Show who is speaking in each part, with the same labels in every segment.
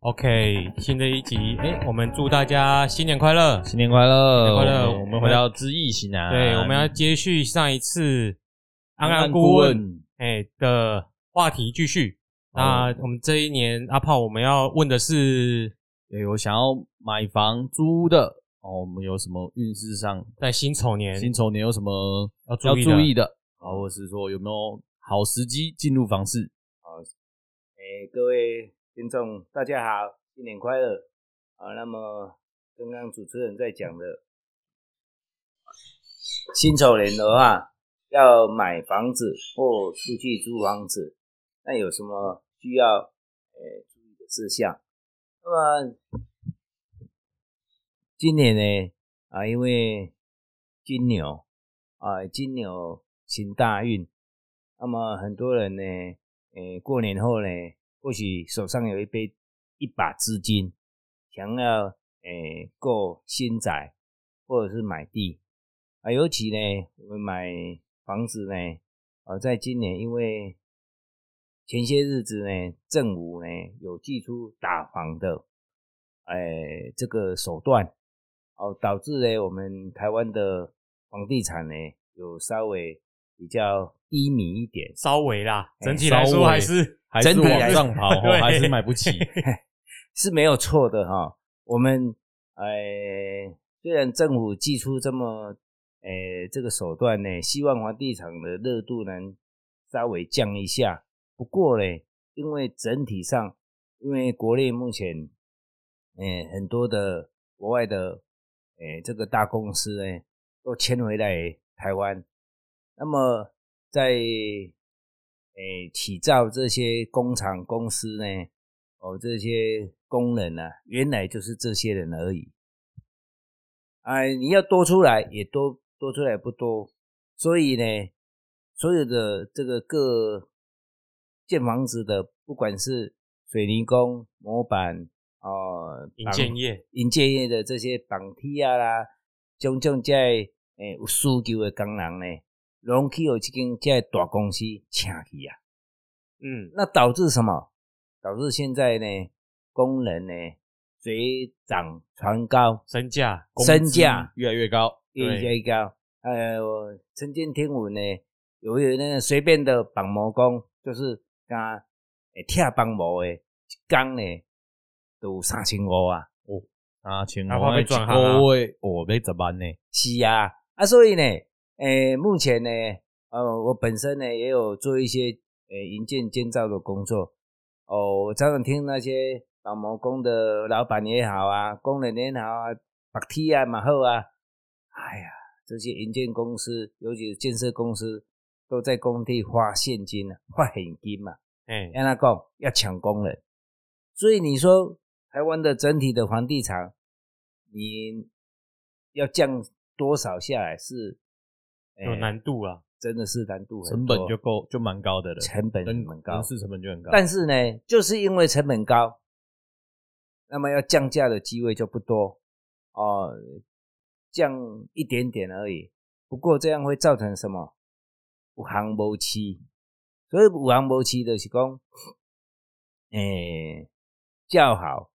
Speaker 1: OK，新的一集，哎、我们祝大家新年快乐。
Speaker 2: 新年快乐！
Speaker 1: 新年快乐
Speaker 2: 我们回到知易行难。
Speaker 1: 对，我们要接续上一次安安顾
Speaker 2: 顾
Speaker 1: 问哎的话题继续。那我们这一年阿炮，我们要问的是
Speaker 2: 对，有想要买房租屋的哦，我们有什么运势上
Speaker 1: 在辛丑年
Speaker 2: 辛丑年有什么
Speaker 1: 要
Speaker 2: 要
Speaker 1: 注意的
Speaker 2: 注意的，啊，或者是说有没有好时机进入房市？
Speaker 3: 诶，各位听众，大家好，新年快乐！啊，那么刚刚主持人在讲的，新手人的话，要买房子或出去租房子，那有什么需要诶注意的事项？那么今年呢，啊，因为金牛啊，金牛行大运，那么很多人呢。诶，过年后呢，或许手上有一杯一把资金，想要诶购新宅或者是买地啊，尤其呢，我们买房子呢，啊，在今年因为前些日子呢，政府呢有祭出打房的诶这个手段，哦，导致呢我们台湾的房地产呢有稍微比较低迷一点。
Speaker 1: 稍微啦，
Speaker 3: 哎
Speaker 1: 整体来说还是
Speaker 2: 还是
Speaker 3: 整体
Speaker 2: 往
Speaker 3: 来
Speaker 2: 上 跑，
Speaker 1: 对
Speaker 2: 哦还是买不起？
Speaker 3: 是没有错的哈、我们呃，虽然政府祭出这么呃这个手段呢，希望房地产的热度能稍微降一下。不过呢，因为整体上，因为国内目前呃很多的国外的呃这个大公司呢都迁回来台湾，那么在诶起造这些工厂公司呢，哦，这些工人呢、啊，原来就是这些人而已。哎，你要多出来也多多出来不多，所以呢，所有的这个各建房子的，不管是水泥工、模板哦，
Speaker 1: 银建业
Speaker 3: 银建业的这些绑梯啊啦，种种这诶、呃有需求的工人呢，拢去有一间这大公司请去啊。
Speaker 1: 嗯
Speaker 3: 那导致什么？导致现在呢，工人呢水涨船高，
Speaker 1: 身价
Speaker 2: 工
Speaker 3: 身
Speaker 2: 资
Speaker 3: 价
Speaker 2: 越来越高，哎
Speaker 3: 越
Speaker 2: 对
Speaker 3: 越高。呃，我曾经听闻呢，有有那个随便的绑模工，就是啊，会拆绑模的，一工呢都有三千五啊。
Speaker 1: 哦
Speaker 2: 啊，全
Speaker 1: 哪怕
Speaker 2: 国
Speaker 1: 被转行啊
Speaker 2: 位哦我被怎么呢？
Speaker 3: 是啊，啊，所以呢，诶、目前呢，呃，我本身呢也有做一些诶营建建造的工作。哦，我常常听那些打磨工的老板也好啊，工人也好啊，白梯啊、马后啊，哎呀，这些营建公司，尤其是建设公司，都在工地花现金啊，花现金嘛、
Speaker 1: 哎
Speaker 3: 要他讲要抢工人，所以你说台湾的整体的房地产，你要降多少下来是哎
Speaker 1: 有难度啊，
Speaker 3: 真的是难度很
Speaker 2: 成
Speaker 3: 多
Speaker 2: 本就够就蛮高的了，
Speaker 3: 成本
Speaker 2: 人
Speaker 3: 很高
Speaker 2: 人，事成本就很高。
Speaker 3: 但是呢，就是因为成本高，那么要降价的机会就不多哦，降一点点而已。不过这样会造成什么？有行无市，所以有行无市就是讲， 诶、叫好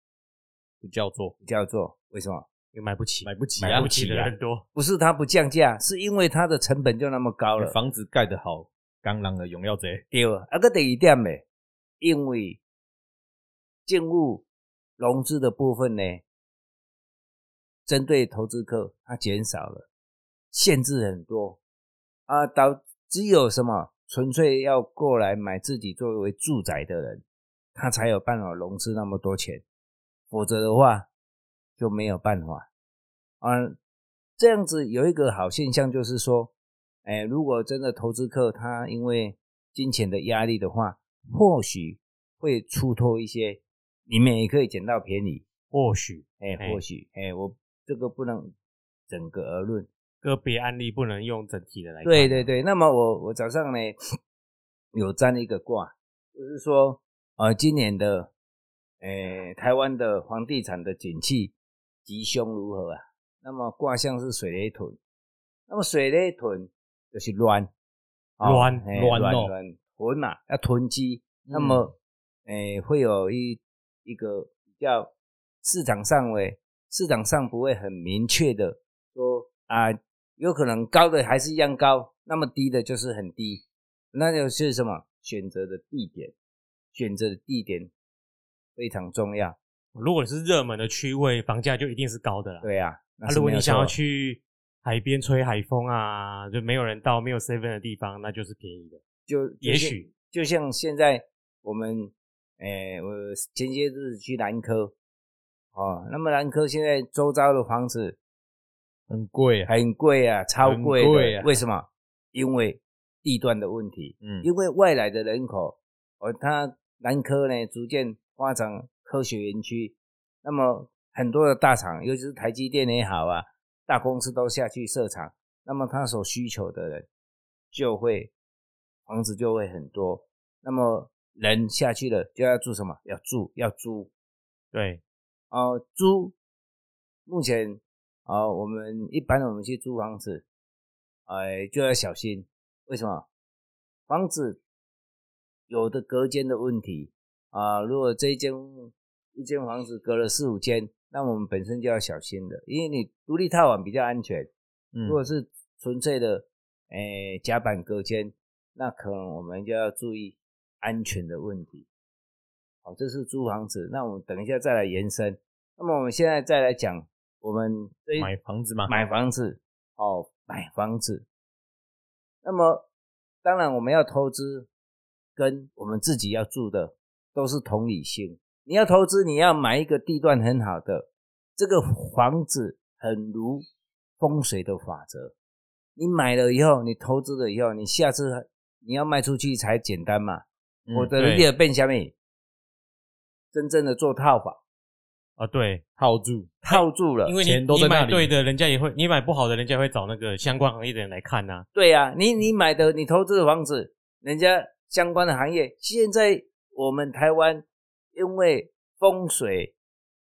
Speaker 2: 不叫做
Speaker 3: 不叫做，为什么？
Speaker 1: 也买不起，
Speaker 2: 买不起啊，
Speaker 1: 买不起的
Speaker 2: 啊
Speaker 1: 人 多，
Speaker 3: 不是它不降价，是因为它的成本就那么高了。
Speaker 2: 房子盖得好，刚狼的荣耀贼，
Speaker 3: 对，啊，个第二点呢，因为政府融资的部分呢，针对投资客它减少了，限制很多啊，导只有什么纯粹要过来买自己作为住宅的人，他才有办法融资那么多钱，否则的话就没有办法啊。这样子有一个好现象就是说，哎，如果真的投资客他因为金钱的压力的话，或许会出脱一些，你们也可以捡到便宜。
Speaker 1: 或许
Speaker 3: 哎，
Speaker 1: 哎
Speaker 3: 或许哎，我这个不能整个而论。
Speaker 1: 个别案例不能用整体的来看啊
Speaker 3: 对对对，那么我我早上呢有占一个卦，就是说呃，今年的呃台湾的房地产的景气吉凶如何啊？那么卦象是水雷屯，那么水雷屯就是乱哎
Speaker 1: 乱
Speaker 2: 乱
Speaker 3: 乱
Speaker 2: 哦
Speaker 3: 啊
Speaker 1: 嗯
Speaker 3: 乱囤嘛，要囤积，那么诶、呃会有一一个比较市场上为市场上不会很明确的说啊、有可能高的还是一样高，那么低的就是很低，那就是什么选择的地点，选择的地点非常重要。
Speaker 1: 如果你是热门的区位，房价就一定是高的啦。
Speaker 3: 对啊，那
Speaker 1: 那、
Speaker 3: 是
Speaker 1: 如果
Speaker 3: 没有
Speaker 1: 你想要
Speaker 3: 错
Speaker 1: 去海边吹海风啊，就没有人到、没有 seven 的地方，那就是便宜的。
Speaker 3: 就就
Speaker 1: 也
Speaker 3: 像
Speaker 1: 许
Speaker 3: 就像现在我们，诶、我前些日子去南科，哦，那么南科现在周遭的房子
Speaker 2: 很贵啊，
Speaker 3: 很贵啊，超
Speaker 2: 很
Speaker 3: 贵的，
Speaker 2: 贵啊
Speaker 3: 为什么？因为地段的问题，
Speaker 2: 嗯，
Speaker 3: 因为外来的人口，哦，它南科呢逐渐发展科学园区，那么很多的大厂，尤其是台积电也好啊，大公司都下去设厂，那么它所需求的人就会房子就会很多，那么人下去了就要住什么？要住要租
Speaker 1: 对，
Speaker 3: 哦，租目前哦，我们一般我们去租房子，哎、就要小心。为什么？房子有的隔间的问题啊、如果这一间一间房子隔了四五间，那我们本身就要小心的，因为你独立套房比较安全。
Speaker 2: 嗯
Speaker 3: 如果是纯粹的诶、甲板隔间，那可能我们就要注意安全的问题。好，这是租房子，那我们等一下再来延伸。那么我们现在再来讲我们这一
Speaker 2: 买房
Speaker 1: 啊
Speaker 2: 子嘛，
Speaker 3: 买房子哦，买房子。那么当然我们要投资，跟我们自己要住的都是同理心。你要投资，你要买一个地段很好的，这个房子很如风水的法则。你买了以后，你投资了以后，你下次你要卖出去才简单嘛。
Speaker 2: 嗯
Speaker 3: 我的
Speaker 1: 对
Speaker 3: 第二变下面，真正的做套房
Speaker 1: 啊对，
Speaker 2: 套住，
Speaker 3: 套住了，
Speaker 1: 因为你
Speaker 2: 呃钱都在
Speaker 1: 你
Speaker 2: 那
Speaker 1: 买
Speaker 2: 里
Speaker 1: 对的，人家也会；你买不好的，人家也会找那个相关行业的人来看啊呐、
Speaker 3: 对呀、你你买的你投资的房子，人家相关的行业，现在我们台湾因为风水，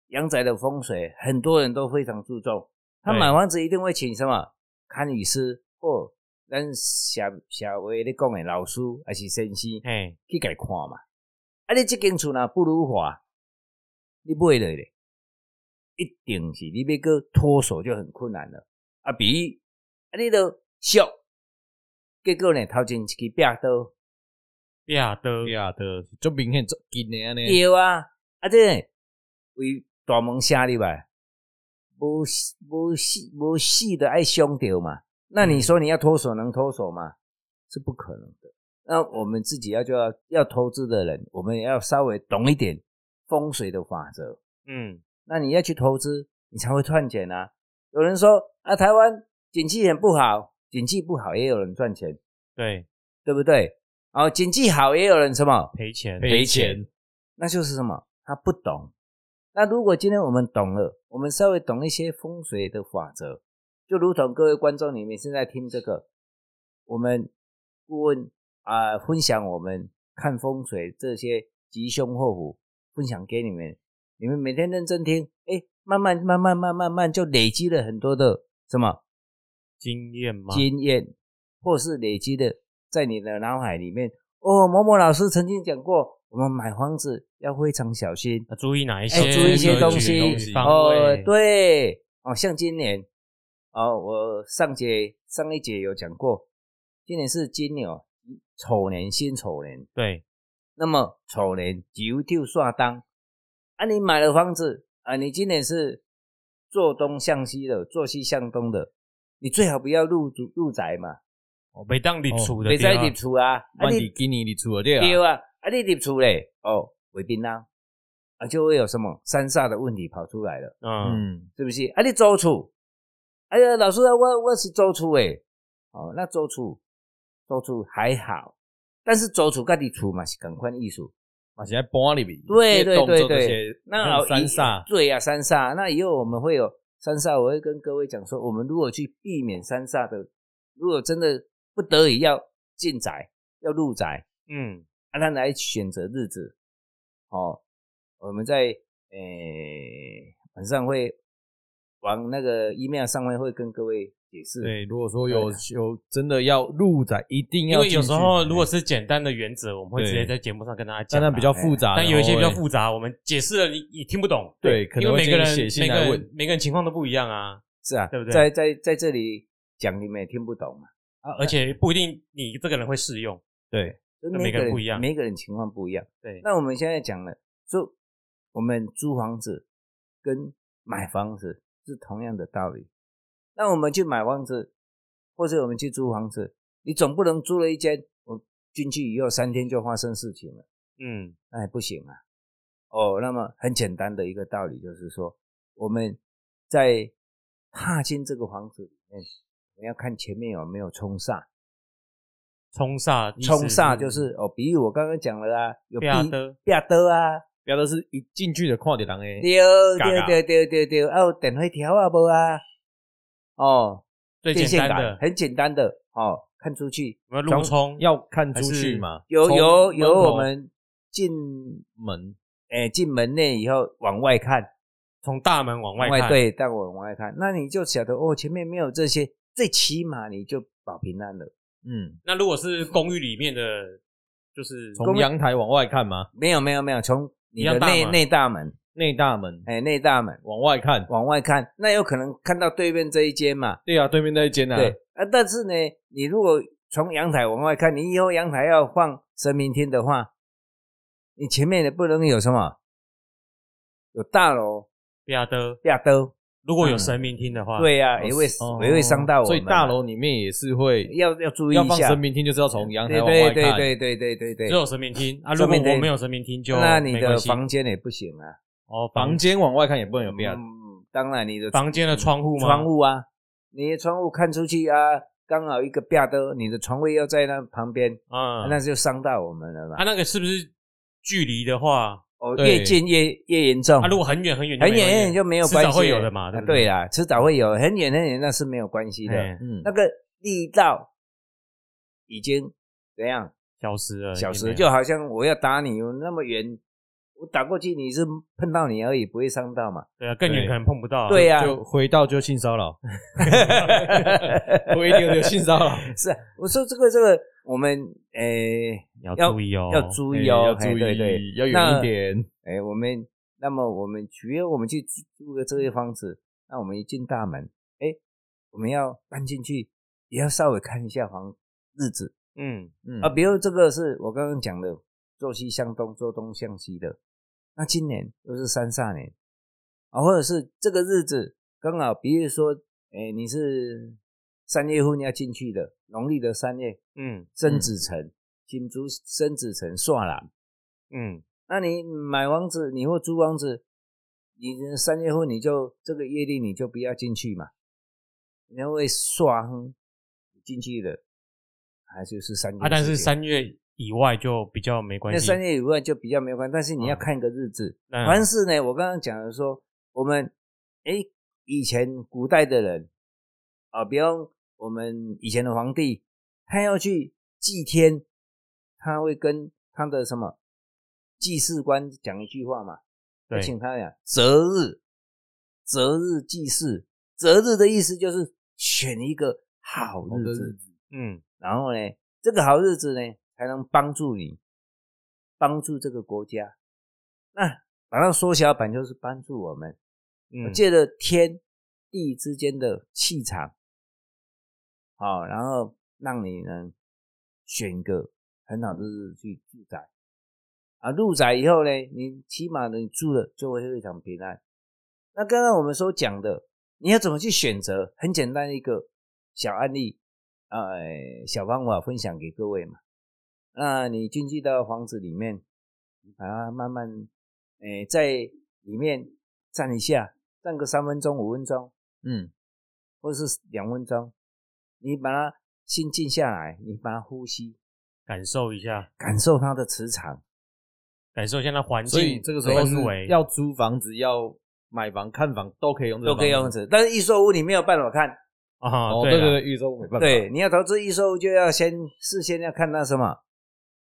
Speaker 3: 阳宅的风水，很多人都非常注重。他
Speaker 1: 对
Speaker 3: 买房子一定会请什么堪舆师或咱社社会咧讲的老师，还是先生
Speaker 1: 嘿，
Speaker 3: 去给看嘛。啊，你这间厝若不如法，你买了咧，一定是你要个脱手就很困难了。啊，比啊，你都俗，结果呢，头前一支壁刀
Speaker 1: 亚的
Speaker 2: 对啊的，就明显做近的安尼，
Speaker 3: 对啊，啊这为大门写入来，无无细无细的爱伤着嘛。那你说你要脱手能脱手吗？是不可能的。那我们自己要就要要投资的人，我们也要稍微懂一点风水的法则。
Speaker 1: 嗯，
Speaker 3: 那你要去投资，你才会赚钱啊。有人说啊，台湾景气很不好，景气不好也有人赚钱，
Speaker 1: 对，
Speaker 3: 对不对？哦，景气好也有人什么
Speaker 1: 赔钱，
Speaker 2: 赔钱，
Speaker 3: 那就是什么？他不懂。那如果今天我们懂了，我们稍微懂一些风水的法则，就如同各位观众你们现在听这个，我们顾问啊、分享我们看风水这些吉凶祸福，分享给你们，你们每天认真听，哎，慢慢慢慢慢慢慢就累积了很多的什么
Speaker 1: 经验吗？
Speaker 3: 经验，或是累积的在你的脑海里面。哦，某某老师曾经讲过，我们买房子要非常小心，
Speaker 1: 啊注意哪一
Speaker 3: 哎
Speaker 1: 些？
Speaker 3: 注意一些东
Speaker 2: 西
Speaker 1: 方
Speaker 3: 哦
Speaker 1: 位，，
Speaker 3: 对，哦，像今年，哦，我上节上一节有讲过，今年是金牛丑年，辛丑年。
Speaker 1: 对，
Speaker 3: 那么丑年九就算当，啊，你买了房子啊，你今年是坐东向西的，坐西向东的，你最好不要入住入宅嘛，
Speaker 1: 哦每当你出的
Speaker 3: 别在
Speaker 1: 地方
Speaker 3: 入厝啊，啊
Speaker 2: 万
Speaker 3: 你
Speaker 2: 里今年你出了对
Speaker 3: 对
Speaker 2: 啊，
Speaker 3: 啊，啊你入厝嘞，哦，为槟榔啊，就会有什么三煞的问题跑出来了。
Speaker 1: 嗯，
Speaker 2: 嗯，
Speaker 3: 是不是？啊，你租厝，哎呀，老师啊，我我是租厝诶。哦，那租厝，租厝还好，但是租厝跟你厝嘛是同款意思。
Speaker 2: 嘛是在搬里面，
Speaker 3: 对
Speaker 2: 这些动作
Speaker 3: 对对
Speaker 2: 这
Speaker 3: 对
Speaker 2: 些
Speaker 3: 那哦
Speaker 2: 还有三煞，
Speaker 3: 对呀、三煞。那以后我们会有三煞，我会跟各位讲说，我们如果去避免三煞的，如果真的不得已要进宅、要入宅，
Speaker 1: 嗯，
Speaker 3: 啊，那来选择日子。哦，我们在诶、晚上会往那个 email 上面会跟各位解释。
Speaker 2: 对，如果说有
Speaker 3: 啊
Speaker 2: 有真的要入宅，一定
Speaker 1: 因
Speaker 2: 要
Speaker 1: 为
Speaker 2: 进去。
Speaker 1: 有时候如果是简单的原则，我们会直接
Speaker 2: 对
Speaker 1: 在节目上跟大家讲
Speaker 2: 当
Speaker 1: 啦。
Speaker 2: 然比较复
Speaker 3: 哎
Speaker 2: 杂的哦，
Speaker 1: 但有一些比较复杂，我们解释了你你听不懂，
Speaker 2: 对可能
Speaker 1: 因为每
Speaker 2: 会
Speaker 1: 个
Speaker 2: 建议
Speaker 1: 人
Speaker 2: 写信
Speaker 1: 每个
Speaker 2: 来
Speaker 1: 人
Speaker 2: 问
Speaker 1: 每个人情况都不一样啊
Speaker 3: 是啊，
Speaker 1: 对不对
Speaker 3: 在在在这里讲你们也听不懂嘛，
Speaker 1: 啊，而且不一定你这个人会适用，
Speaker 2: 对
Speaker 3: 就
Speaker 1: 那
Speaker 3: 每
Speaker 1: 每个人
Speaker 3: 个人
Speaker 1: 不一样
Speaker 3: 每个人情况不一样。
Speaker 1: 对
Speaker 3: 那我们现在讲了，说我们租房子跟买房子是同样的道理。那我们去买房子，或者我们去租房子，你总不能租了一间，我进去以后三天就发生事情了，
Speaker 1: 嗯，
Speaker 3: 那也不行啊。哦，那么很简单的一个道理就是说，我们在踏进这个房子里面，我们要看前面有没有冲煞。
Speaker 1: 冲煞意思
Speaker 3: 冲煞就是哦，比喻我刚刚讲了啊，有
Speaker 1: 壁
Speaker 3: 壁
Speaker 1: 刀
Speaker 3: 壁刀啊，
Speaker 2: 不要都是一进去的看点人诶，
Speaker 3: 对
Speaker 1: 嘎
Speaker 3: 对
Speaker 1: 嘎
Speaker 3: 对对对对，哦，电火条啊无啊，哦，
Speaker 1: 最
Speaker 3: 电线
Speaker 1: 简单
Speaker 3: 杆
Speaker 1: 的，
Speaker 3: 很简单的哦，看出去
Speaker 1: 我们路冲
Speaker 2: 要看出去嘛，
Speaker 3: 有
Speaker 2: 从
Speaker 3: 有
Speaker 2: 门
Speaker 3: 有
Speaker 2: 口
Speaker 3: 我们进
Speaker 2: 门
Speaker 3: 诶进门内以后往外看，
Speaker 1: 从大门往
Speaker 3: 往
Speaker 1: 外看，
Speaker 3: 对，但我往外看，那你就晓得哦，前面没有这些，最起码你就保平安了。
Speaker 2: 嗯，
Speaker 1: 那如果是公寓里面的，就是
Speaker 2: 从阳台往外看嘛，
Speaker 3: 没有没有没有，从你
Speaker 1: 一样
Speaker 3: 的
Speaker 1: 大
Speaker 3: 内
Speaker 1: 门
Speaker 3: 内大门，
Speaker 2: 内大门
Speaker 3: 哎，内大门
Speaker 2: 往外看，
Speaker 3: 往外看，那有可能看到对面这一间嘛。
Speaker 2: 对啊，对面那一间啊，
Speaker 3: 对啊，但是呢，你如果从阳台往外看，你以后阳台要放神明厅的话，你前面的不能有什么有大楼
Speaker 1: 壁的，
Speaker 3: 亚都，
Speaker 1: 如果有神明听的话，，
Speaker 3: 对呀、也会
Speaker 2: 哦
Speaker 3: 也会伤到我们。啊
Speaker 2: 所以大楼里面也是会
Speaker 3: 要要注意
Speaker 2: 要
Speaker 3: 一
Speaker 2: 放
Speaker 3: 下
Speaker 2: 神，明厅，就是要从阳台
Speaker 3: 对
Speaker 2: 往外
Speaker 3: 对
Speaker 2: 看，
Speaker 3: 对对对对
Speaker 1: 只
Speaker 3: 对对，
Speaker 1: 有神明听啊。
Speaker 3: 神
Speaker 1: 如果
Speaker 3: 明厅
Speaker 1: 我没有神明听，就
Speaker 3: 那你
Speaker 1: 没关
Speaker 3: 的
Speaker 1: 系
Speaker 3: 房间也不行啊。
Speaker 1: 哦，
Speaker 2: 房
Speaker 1: 房
Speaker 2: 间往外看也不能有别的，
Speaker 3: 嗯，当然你的
Speaker 1: 房间的窗户吗？
Speaker 3: 窗户啊，你的窗户看出去啊，刚好一个亚都，你的床位要在那旁边，
Speaker 1: 啊，
Speaker 3: 那就伤到我们了嘛
Speaker 1: 啊。那个是不是距离的话，
Speaker 3: 哦，
Speaker 2: 对
Speaker 3: 越近越越严重。
Speaker 1: 啊，如果很远很远就
Speaker 3: 哦很
Speaker 1: 没关系，
Speaker 3: 远很远就没有
Speaker 1: 迟
Speaker 3: 关系了，
Speaker 1: 早会有的嘛，对
Speaker 3: 啊
Speaker 1: 不
Speaker 3: 对？啦，迟早会有，很远很远那是没有关系的。
Speaker 1: 哎
Speaker 2: 嗯
Speaker 3: 那，个力道已经怎样？
Speaker 1: 消失了，
Speaker 3: 小
Speaker 1: 呃已经没
Speaker 3: 时
Speaker 1: 有
Speaker 3: 就好像我要打你，我那么远，我打过去你是碰到你而已，不会伤到 嘛。
Speaker 1: 对啊，更远
Speaker 2: 对
Speaker 1: 可能碰不到，
Speaker 3: 对啊呀、
Speaker 2: 就回到就性骚 扰，不一定有性骚扰，
Speaker 3: 是啊我说这个这个，我们诶、
Speaker 1: 要
Speaker 3: 要
Speaker 1: 注意哦，
Speaker 3: 要注
Speaker 2: 哎
Speaker 3: 意哦，
Speaker 2: 要
Speaker 3: 哎
Speaker 2: 注
Speaker 3: 对对，
Speaker 2: 意，要
Speaker 3: 那
Speaker 2: 远一点。
Speaker 3: 哎、我们那么我们只要我们去住住个这些房子，那我们一进大门，哎、我们要搬进去，也要稍微看一下房日子
Speaker 1: 嗯，
Speaker 2: 嗯
Speaker 3: 啊。比如这个是我刚刚讲的，坐西向东，坐东向西的。那今年又是三煞年啊，或者是这个日子刚好，比如说，哎、你是三月份要进去的，农历的三月，
Speaker 1: 嗯
Speaker 3: 申子辰，新竹申子辰煞啦。
Speaker 1: 嗯，
Speaker 3: 那你买房子，你或租房子，你三月后你就这个月令你就不要进去嘛，人家会刷哼你进去的，还就是三月
Speaker 1: 啊，但是
Speaker 3: 时间
Speaker 1: 三月以外就比较没关
Speaker 3: 那
Speaker 1: 系，
Speaker 3: 三月以外就比较没有关系，但是你要
Speaker 1: 嗯
Speaker 3: 看个日子。
Speaker 1: 嗯
Speaker 3: 凡是呢，我刚刚讲的说，我们诶以前古代的人啊，比方我们以前的皇帝，他要去祭天，他会跟他的什么祭祀官讲一句话嘛，
Speaker 1: 对
Speaker 3: 就请他讲择日，择日祭祀。择日的意思就是选一个好
Speaker 2: 好的
Speaker 3: 日
Speaker 2: 日
Speaker 3: 子
Speaker 2: 子，
Speaker 1: 嗯
Speaker 3: 然后呢，这个好日子呢，才能帮助你，帮助这个国家。那把它缩小版就是帮助我们，
Speaker 1: 嗯，
Speaker 3: 借着天地之间的气场，好、然后让你呢选一个很好的日子去住宅。啊，入宅以后呢，你起码呢你住了就会非常平安。那刚刚我们所讲的，你要怎么去选择？很简单一个小案例，呃，小方法分享给各位嘛。那你进去到房子里面，你把它慢慢，诶、在里面站一下，站个三分钟、五分钟，
Speaker 2: 嗯，
Speaker 3: 或是两分钟，你把它心静下来，你把它呼吸，
Speaker 1: 感受一下，
Speaker 3: 感受它的磁场。
Speaker 1: 感受一下那环
Speaker 2: 所以
Speaker 1: 境，
Speaker 2: 这个时候
Speaker 1: 氛围
Speaker 2: 是要租房子、要买房、看房都可以用这个
Speaker 3: 都可以用
Speaker 2: 方式。
Speaker 3: 子，但是预售屋你没有办法看。
Speaker 1: 啊，
Speaker 2: 哦，
Speaker 1: 对
Speaker 2: 对对
Speaker 1: 了
Speaker 2: 对，预售没办法。
Speaker 3: 对，你要投资预售屋，就要先事先要看那什么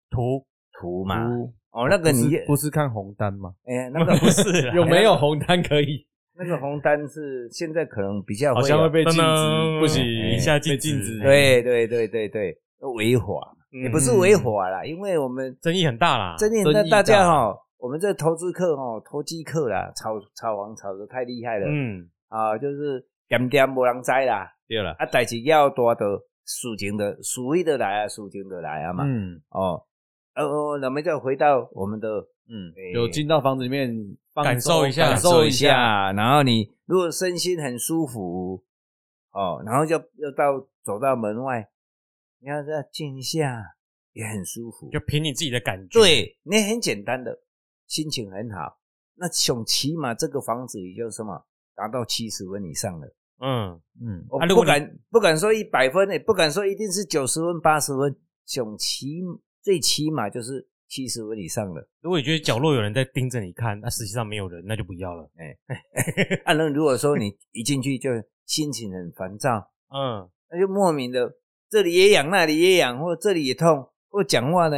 Speaker 1: 图
Speaker 3: 图嘛。
Speaker 2: 租，
Speaker 3: 哦，那个
Speaker 2: 不
Speaker 3: 你
Speaker 2: 是不是看红单吗？啊
Speaker 3: 哎、那个
Speaker 1: 不是啦
Speaker 2: 有没有红单可以？
Speaker 3: 那个红单是现在可能比较
Speaker 2: 好像
Speaker 3: 有
Speaker 2: 会被禁止，
Speaker 1: 噔
Speaker 2: 不行，
Speaker 1: 哎一下禁止
Speaker 2: 被禁止。嗯
Speaker 3: 对对对对对违法，也不是违法啦，因为我们
Speaker 1: 嗯争议很大啦。
Speaker 3: 真的
Speaker 2: 争
Speaker 3: 那
Speaker 2: 议
Speaker 3: 大家
Speaker 2: 大
Speaker 3: 哈，我们这投资客哈，投机客啦，炒炒房炒的太厉害了，
Speaker 1: 嗯，
Speaker 3: 啊，就是点点无人知啦，
Speaker 2: 对了，
Speaker 3: 啊，代志要大的，事情的，事谓的来啊，事情的来啊嘛，
Speaker 2: 嗯
Speaker 3: 哦，呃，那么就回到我们的
Speaker 2: 嗯
Speaker 3: 哎，
Speaker 2: 有进到房子里面放
Speaker 1: 感
Speaker 2: 松
Speaker 1: 受一下
Speaker 2: 感
Speaker 3: 感受
Speaker 2: 受
Speaker 3: 一
Speaker 2: 一下，
Speaker 3: 下，然后你如果身心很舒服，哦，然后就又到走到门外，你要再静一下，也很舒服。
Speaker 1: 就凭你自己的感觉。，
Speaker 3: 对，那很简单的，心情很好。那想起码这个房子也就是什么达到七十分以上了，
Speaker 1: 嗯，
Speaker 2: 嗯，
Speaker 3: 我
Speaker 1: 啊如
Speaker 3: 不
Speaker 1: 果你
Speaker 3: 敢、不敢说一百分，欸也不敢说一定是九十分八十分，想起最起码就是七十分以上 了。
Speaker 1: 如果你觉得角落有人在盯着你看，那实际上没有人，那就不要了。
Speaker 3: 啊，那如果说你一进去就心情很烦躁，
Speaker 1: 嗯，
Speaker 3: 那就莫名的这里也痒，那里也痒，或这里也痛，或讲话呢，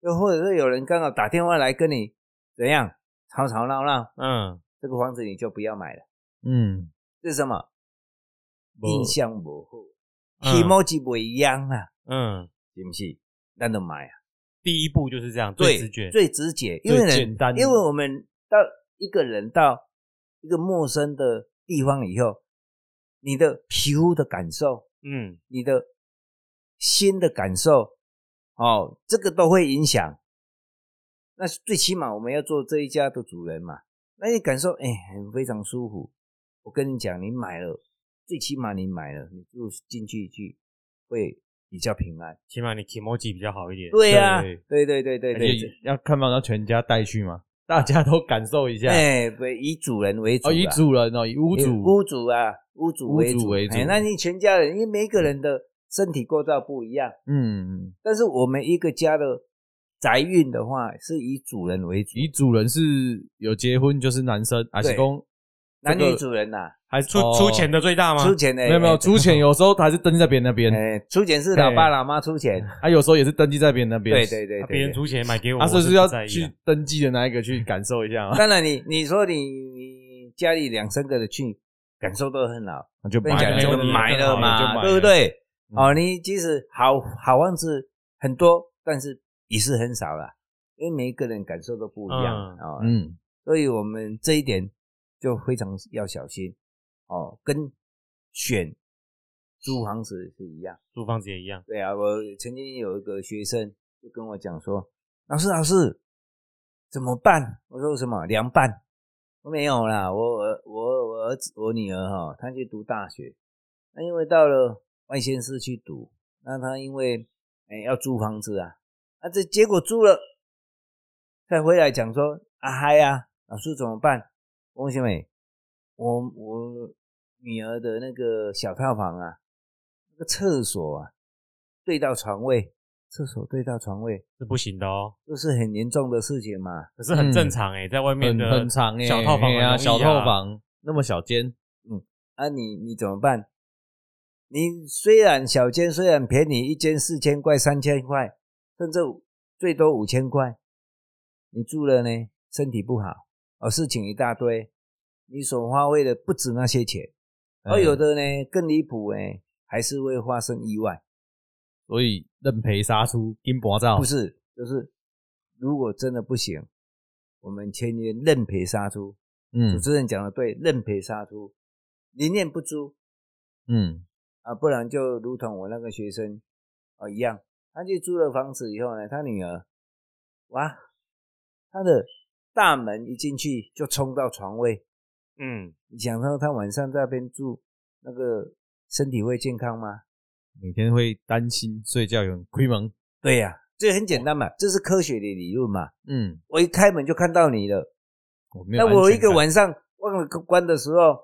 Speaker 3: 又或者是有人刚好打电话来跟你怎样吵吵闹闹，
Speaker 1: 嗯，
Speaker 3: 这个房子你就不要买了。
Speaker 2: 嗯，
Speaker 3: 这是什么？
Speaker 2: 没
Speaker 3: 印象不好，
Speaker 1: 嗯
Speaker 3: 起码是不一样啦，
Speaker 1: 嗯，
Speaker 3: 是不是？咱就买啊，
Speaker 1: 第一步就是这样，最直觉。
Speaker 3: 最直觉，因为
Speaker 2: 最
Speaker 3: 人
Speaker 2: 简单的
Speaker 3: 因为我们到一个人到一个陌生的地方以后，你的皮肤的感受，
Speaker 1: 嗯，
Speaker 3: 你的心的感受，哦，这个都会影响。那最起码我们要做这一家的主人嘛，那你感受哎、很非常舒服。我跟你讲，你买了，最起码你买了，你住进去去会比较平安。
Speaker 1: 起码你 i m o j i 比较好一点。
Speaker 3: 对呀、
Speaker 2: 对啊哎
Speaker 3: 对对对对对，
Speaker 2: 也要看房要全家带去嘛，大家都感受一下。
Speaker 3: 哎、对，以主人为主、啊，
Speaker 2: 哦，以主人哦，以屋
Speaker 3: 以
Speaker 2: 主，
Speaker 3: 屋主啊，屋主
Speaker 2: 屋
Speaker 3: 为
Speaker 2: 主为
Speaker 3: 哎
Speaker 2: 主
Speaker 3: 那你全家人，因为每一个人的身体构造不一样。
Speaker 2: 嗯，
Speaker 3: 但是我们一个家的宅运的话，是以主人为主，
Speaker 2: 以主人是有结婚就是男生，还是
Speaker 3: 对
Speaker 2: 公
Speaker 3: 男女
Speaker 2: 个
Speaker 3: 主人呐、
Speaker 2: 还是
Speaker 1: 出出钱
Speaker 2: 的？
Speaker 1: 的最大吗？
Speaker 3: 出钱的
Speaker 2: 没有没有，哦出钱有时候还是登记在别人那边，
Speaker 3: 哎，出钱是老爸老妈出钱，
Speaker 2: 啊，有时候也是登记在别人那边。
Speaker 3: 对对对
Speaker 1: 啊别人
Speaker 3: 对。
Speaker 1: 出钱买给我，
Speaker 2: 啊，
Speaker 1: 我
Speaker 2: 所以
Speaker 1: 是
Speaker 2: 是要
Speaker 1: 不在意啊
Speaker 2: 去登记的那一个去感受一下 啊，
Speaker 3: 当然你你说你你家里两三个的去，感受都很好，
Speaker 2: 那就
Speaker 3: 跟你
Speaker 2: 买
Speaker 3: 讲
Speaker 2: 了
Speaker 1: 就
Speaker 3: 就
Speaker 1: 买
Speaker 3: 买
Speaker 1: 了
Speaker 3: 了
Speaker 2: 就买
Speaker 3: 嘛，
Speaker 2: 了
Speaker 3: 对不对？
Speaker 2: 嗯
Speaker 3: 哦，你即使好好房子很多，但是也是很少啦，因为每一个人感受都不一样
Speaker 1: 嗯
Speaker 3: 哦。
Speaker 2: 嗯，
Speaker 3: 所以我们这一点就非常要小心哦，跟选租房子是一样。
Speaker 1: 租房子也一样。
Speaker 3: 对啊，我曾经有一个学生就跟我讲说：“老师，老师怎么办？”我说：“什么凉拌？”我没有啦，我儿我我儿子我女儿哈、她去读大学，那因为到了外县市去读，那她因为哎、要租房子啊，啊这结果租了，再回来讲说：“啊嗨啊，老师怎么办？”我说：“小美，我我女儿的那个小套房啊，那个厕所啊，对到床位，厕所对到床位，
Speaker 1: 是不行的哦，
Speaker 3: 这是很严重的事情嘛。
Speaker 1: 可是很正常哎、在外面
Speaker 2: 嗯很
Speaker 1: 的
Speaker 2: 很长哎，
Speaker 1: 小套房
Speaker 2: 嘿
Speaker 1: 很容易
Speaker 2: 啊，
Speaker 1: 啊，
Speaker 2: 小套房那么小间，
Speaker 3: 啊你，你怎么办？你虽然小间虽然便宜，一间四千块、三千块，甚至最多五千块，你住了呢，身体不好，哦，事情一大堆，你所花费的不止那些钱，而有
Speaker 2: 的，
Speaker 3: 的呢更离谱哎，还是会发生意外。
Speaker 2: 所以认赔杀出金箔照
Speaker 3: 不，是，就是如果真的不行，我们签约认赔杀出。主
Speaker 2: 嗯
Speaker 3: 持人讲的对，认赔杀出，宁愿不租
Speaker 2: 嗯，
Speaker 3: 啊，不然就如同我那个学生啊一样，他去租了房子以后呢，他女儿哇，他的大门一进去就冲到床位，
Speaker 1: 嗯，
Speaker 3: 你想说他晚上在那边住，那个身体会健康吗？
Speaker 2: 每天会担心睡觉有人亏门，
Speaker 3: 对呀、这很简单嘛，这是科学的理论嘛。
Speaker 2: 嗯，
Speaker 3: 我一开门就看到你了。
Speaker 2: 我没有
Speaker 3: 那
Speaker 2: 安全感，
Speaker 3: 我一个晚上忘了关的时候，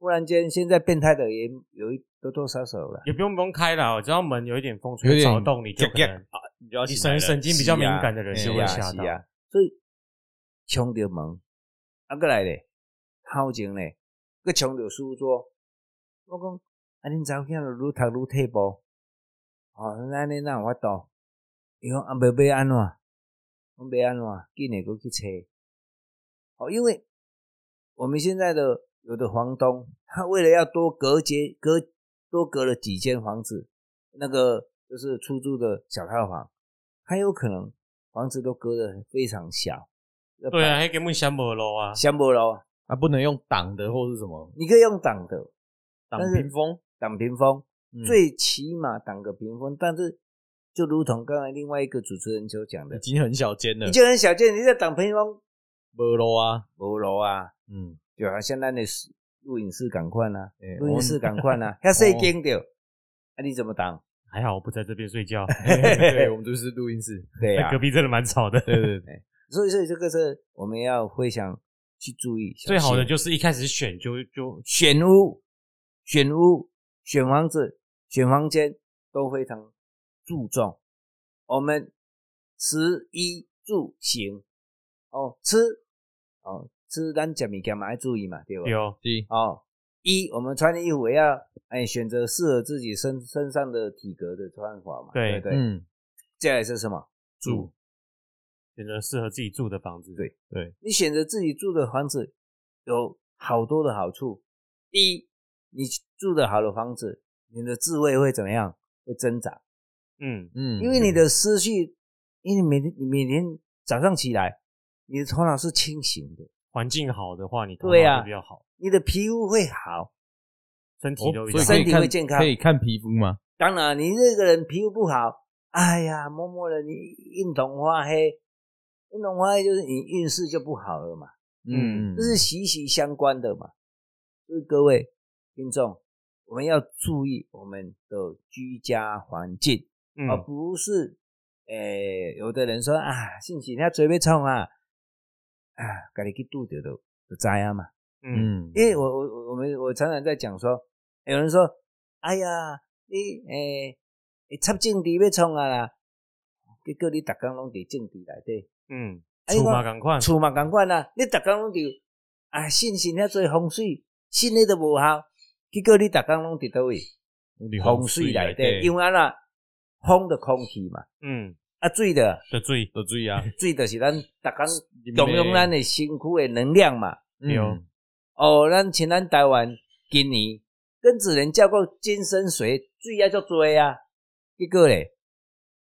Speaker 3: 忽然间现在变态的也有一多多少少了。
Speaker 1: 也不用不用开了，只要门有一点风
Speaker 2: 有
Speaker 1: 吹
Speaker 2: 点
Speaker 1: 草动，你就可能
Speaker 2: 你就要
Speaker 1: 你
Speaker 2: 醒来
Speaker 1: 神
Speaker 2: 了
Speaker 1: 神经比较敏感的人
Speaker 2: 是啊
Speaker 1: 就会吓
Speaker 3: 是
Speaker 1: 到。
Speaker 3: 啊，所以冲着门，啊过来咧，头前咧，佮冲着书桌，我讲啊，恁查某囝就愈读愈退步，哦，安尼哪有法度？伊讲啊，袂要安怎？我袂安怎？紧诶，佮去找。哦，因为我们现在的有的房东，他为了要多隔绝隔多隔了几间房子，那个就是出租的小套房，还有可能房子都隔得非常小。
Speaker 1: 对啊，，还根本想不楼啊，
Speaker 3: 香柏楼，
Speaker 2: 啊，不能用挡的或是什么
Speaker 3: 你可以用挡的
Speaker 2: 挡
Speaker 3: 但是
Speaker 2: 屏风，
Speaker 3: 挡屏风，
Speaker 2: 嗯
Speaker 3: 最起码挡个屏风。但是就如同刚才另外一个主持人所讲的
Speaker 2: 已，经很小间了
Speaker 3: 你，就很小见，你在挡屏风，
Speaker 2: 没路啊，
Speaker 3: 无路啊，
Speaker 2: 嗯，
Speaker 3: 就好像咱的录影室赶快啊，
Speaker 2: 欸
Speaker 3: 录音 室赶快 啊，遐
Speaker 1: 哦
Speaker 3: 细间着，啊你怎么挡？
Speaker 1: 还好我不在这边睡觉，
Speaker 2: 我们对，我们就是录 音室，
Speaker 3: 对呀、
Speaker 1: 在隔壁真的蛮吵的。
Speaker 2: 对对对，
Speaker 3: 啊所以所以这个是我们要非常去注意。小心
Speaker 1: 最好的就是一开始选就就
Speaker 3: 选屋、选屋、选房子、选房间都非常注重。我们食衣住行哦，吃哦吃咱食物件嘛要注意嘛，对吧？
Speaker 1: 有
Speaker 2: 是，
Speaker 3: 哦，一我们穿的衣服也要哎选择适合自己身身上的体格的穿法嘛，
Speaker 1: 对
Speaker 3: 对不对。
Speaker 2: 嗯，
Speaker 3: 接下来是什么？
Speaker 2: 住，
Speaker 1: 选择适合自己住的房子。
Speaker 3: 对
Speaker 2: 对，
Speaker 3: 你选择自己住的房子有好多的好处。第一，你住的好的房子，你的智慧会怎么样？会增长，
Speaker 1: 嗯，
Speaker 2: 嗯，
Speaker 3: 因为你的思绪，因为你每天你每天早上起来，你的头脑是清醒的，
Speaker 1: 环境好的话，你头脑
Speaker 3: 对啊
Speaker 1: 会比较好，
Speaker 3: 你的皮肤会好。
Speaker 1: 身体
Speaker 2: 哦
Speaker 1: 都比
Speaker 2: 所
Speaker 1: 较好
Speaker 2: 以可
Speaker 3: 身
Speaker 2: 以
Speaker 3: 体
Speaker 2: 看
Speaker 3: 会健康
Speaker 2: 可以看皮肤吗？
Speaker 3: 当然，你这个人皮肤不好，哎呀，摸摸了你印堂发黑，印堂发黑就是你运势就不好了嘛。
Speaker 1: 嗯
Speaker 2: 嗯，
Speaker 3: 这是息息相关的嘛。所以各位听众，我们要注意我们的居家环境，
Speaker 1: 嗯
Speaker 3: 而不是诶、有的人说啊，信息他随便创啊，啊，家己去拄着就就知啊嘛。
Speaker 1: 嗯，
Speaker 2: 嗯，
Speaker 3: 因为我我我我们我常常在讲说，有人说，哎呀，你诶、你插政治要创啊啦，结果你逐工拢伫政治内底。
Speaker 1: 嗯，
Speaker 3: 哎
Speaker 1: 出
Speaker 3: 我
Speaker 1: 嘛赶快，
Speaker 3: 厝嘛共款啊，你逐工拢伫啊，信信遐做风水，信你都无效，结果你逐工拢伫倒位风水内底，因
Speaker 2: 为
Speaker 3: 为安那风的空气嘛，
Speaker 1: 嗯，
Speaker 3: 啊水的
Speaker 1: 的最
Speaker 2: 都注意啊，
Speaker 3: 水就是咱逐工动用咱的身躯的能量嘛。
Speaker 1: 有
Speaker 2: 嗯，
Speaker 3: 哦，咱像咱台湾今年跟子人叫过金生水，水也足多啊，结果咧，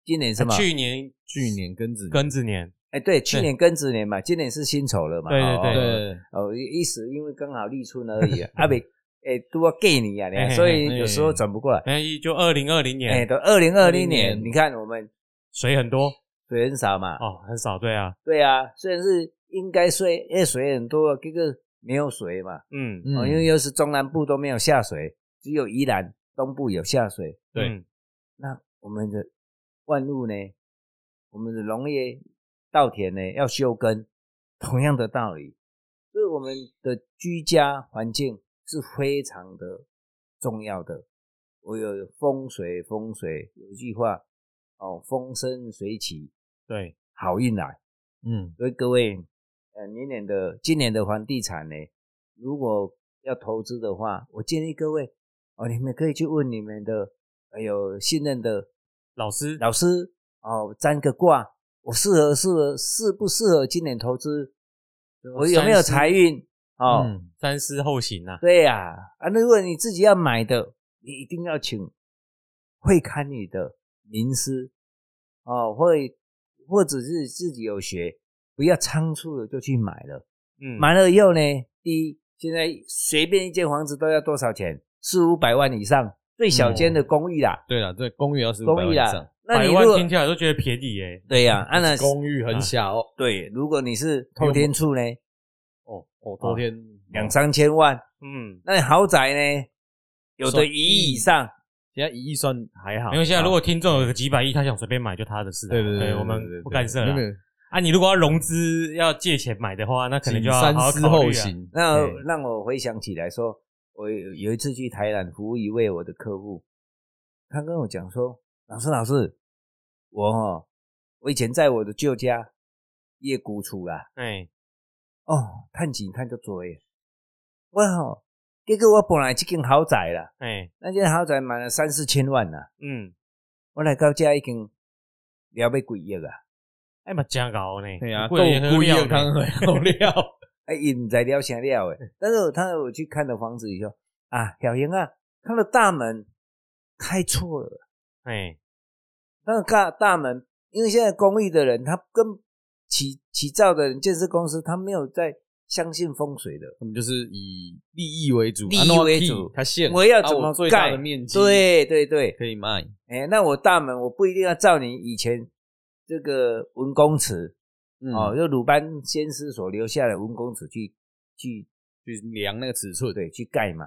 Speaker 3: 今年什么？
Speaker 1: 啊去年
Speaker 2: 去年庚子
Speaker 1: 庚子年，
Speaker 3: 哎，对，去年庚子年嘛，今年是辛丑了嘛。
Speaker 1: 对对
Speaker 3: 哦
Speaker 1: 对
Speaker 3: 哦
Speaker 2: 对，
Speaker 3: 哦，一一时因为刚好立春而已啊，啊未诶多过年啊
Speaker 1: 嘿嘿
Speaker 3: 呢，
Speaker 1: 嘿
Speaker 3: 所以有时候转不过来。
Speaker 1: 哎，就二零二零
Speaker 3: 哎，
Speaker 1: 年
Speaker 3: 都二零二零
Speaker 2: 2020
Speaker 3: 年，你看我们
Speaker 1: 水很多
Speaker 3: 水很少嘛，
Speaker 1: 哦，很少，对啊，
Speaker 3: 对啊，虽然是应该水，因为水很多，这个没有水嘛，
Speaker 1: 嗯，
Speaker 2: 嗯
Speaker 3: 哦，因为又是中南部都没有下水，只有宜兰东部有下水。
Speaker 2: 对
Speaker 1: 嗯
Speaker 3: 那我们的万物呢，我们的农业稻田呢要休耕，同样的道理，所以我们的居家环境是非常的重要的。我有风水，风水有一句话哦，风生水起，
Speaker 1: 对，
Speaker 3: 好运来。
Speaker 2: 嗯
Speaker 3: 所以各位，呃，明年的今年的房地产呢，如果要投资的话，我建议各位哦，你们可以去问你们的呃有信任的
Speaker 1: 老师，
Speaker 3: 老师哦，占个卦，我适合适合适不适合今年投资？我有没有财运？哦，
Speaker 2: 嗯
Speaker 1: 三思后行啊，
Speaker 3: 对呀、啊，那如果你自己要买的，你一定要请会看你的名师哦，会或者是自己有学，不要仓促的就去买了。
Speaker 1: 嗯，
Speaker 3: 买了以后呢，第一，现在随便一间房子都要多少钱？四五百万以上，最小间
Speaker 2: 嗯
Speaker 3: 的公寓啦，
Speaker 2: 对了，对公寓要是
Speaker 3: 公寓啦
Speaker 2: 上，。
Speaker 3: 那
Speaker 1: 百
Speaker 3: 你如
Speaker 1: 万
Speaker 3: 果
Speaker 1: 听起来都觉得便宜耶，
Speaker 3: 对呀、 啊，那
Speaker 2: 嗯公寓很小
Speaker 3: 对，如果你是透天处呢，
Speaker 2: 哦哦，昨天
Speaker 3: 两三千万，
Speaker 1: 嗯，
Speaker 3: 那豪宅呢，有的
Speaker 2: 算
Speaker 3: 一亿以上，
Speaker 2: 现在一亿算还好，
Speaker 1: 因为现在如
Speaker 2: 啊
Speaker 1: 果听众有个几百亿，他想随便买就他的事啊，
Speaker 2: 对对对，
Speaker 1: 我
Speaker 2: 对对
Speaker 1: 们
Speaker 2: 对
Speaker 1: 不干涉
Speaker 2: 没有没
Speaker 1: 了
Speaker 2: 有
Speaker 1: 啊，你如果要融资要借钱买的话，那可能就要好
Speaker 2: 三
Speaker 1: 好
Speaker 2: 思
Speaker 1: 考虑
Speaker 2: 后
Speaker 1: 啊，
Speaker 2: 行。
Speaker 3: 那
Speaker 2: 对
Speaker 3: 让我回想起来说，我有有一次去台南服务一位我的客户，他跟我讲说：“老师，老师，我哦，我以前在我的舅家叶古厝啦，
Speaker 1: 哎，
Speaker 3: 哦，趁钱趁足多诶，我哦，结果我本来这间豪宅啦，
Speaker 1: 哎，
Speaker 3: 那间豪宅买了三四千万啦，
Speaker 1: 嗯，
Speaker 3: 我来到这已经了要几亿啊。”
Speaker 1: 哎嘛，真高呢，
Speaker 2: 对啊，
Speaker 1: 贵
Speaker 2: 故
Speaker 1: 也
Speaker 2: 意
Speaker 1: 喝
Speaker 2: 要
Speaker 1: 料
Speaker 2: 康
Speaker 1: 呢，
Speaker 2: 和料，
Speaker 3: 哎，也不在聊啥料哎。但是他我去看了房子以后啊，小英啊，他的大门开错了，
Speaker 1: 哎，
Speaker 3: 那个大大门，因为现在公寓的人，他跟起起造的人、建设公司，他没有在相信风水的。
Speaker 2: 他们就是以利益为主，
Speaker 3: 利益
Speaker 2: 啊那我
Speaker 3: 为
Speaker 2: 屁
Speaker 3: 主
Speaker 2: 他现
Speaker 3: 我要
Speaker 2: 啊
Speaker 3: 怎么
Speaker 2: 最大
Speaker 3: 盖
Speaker 2: 的面积，，
Speaker 3: 对对对，
Speaker 2: 可以卖，
Speaker 3: 哎，那我大门我不一定要照你以前这个文公尺、
Speaker 2: 嗯
Speaker 3: 哦，，就鲁班先师所留下的文公尺去去
Speaker 2: 就是量那个尺寸，
Speaker 3: 对去盖嘛。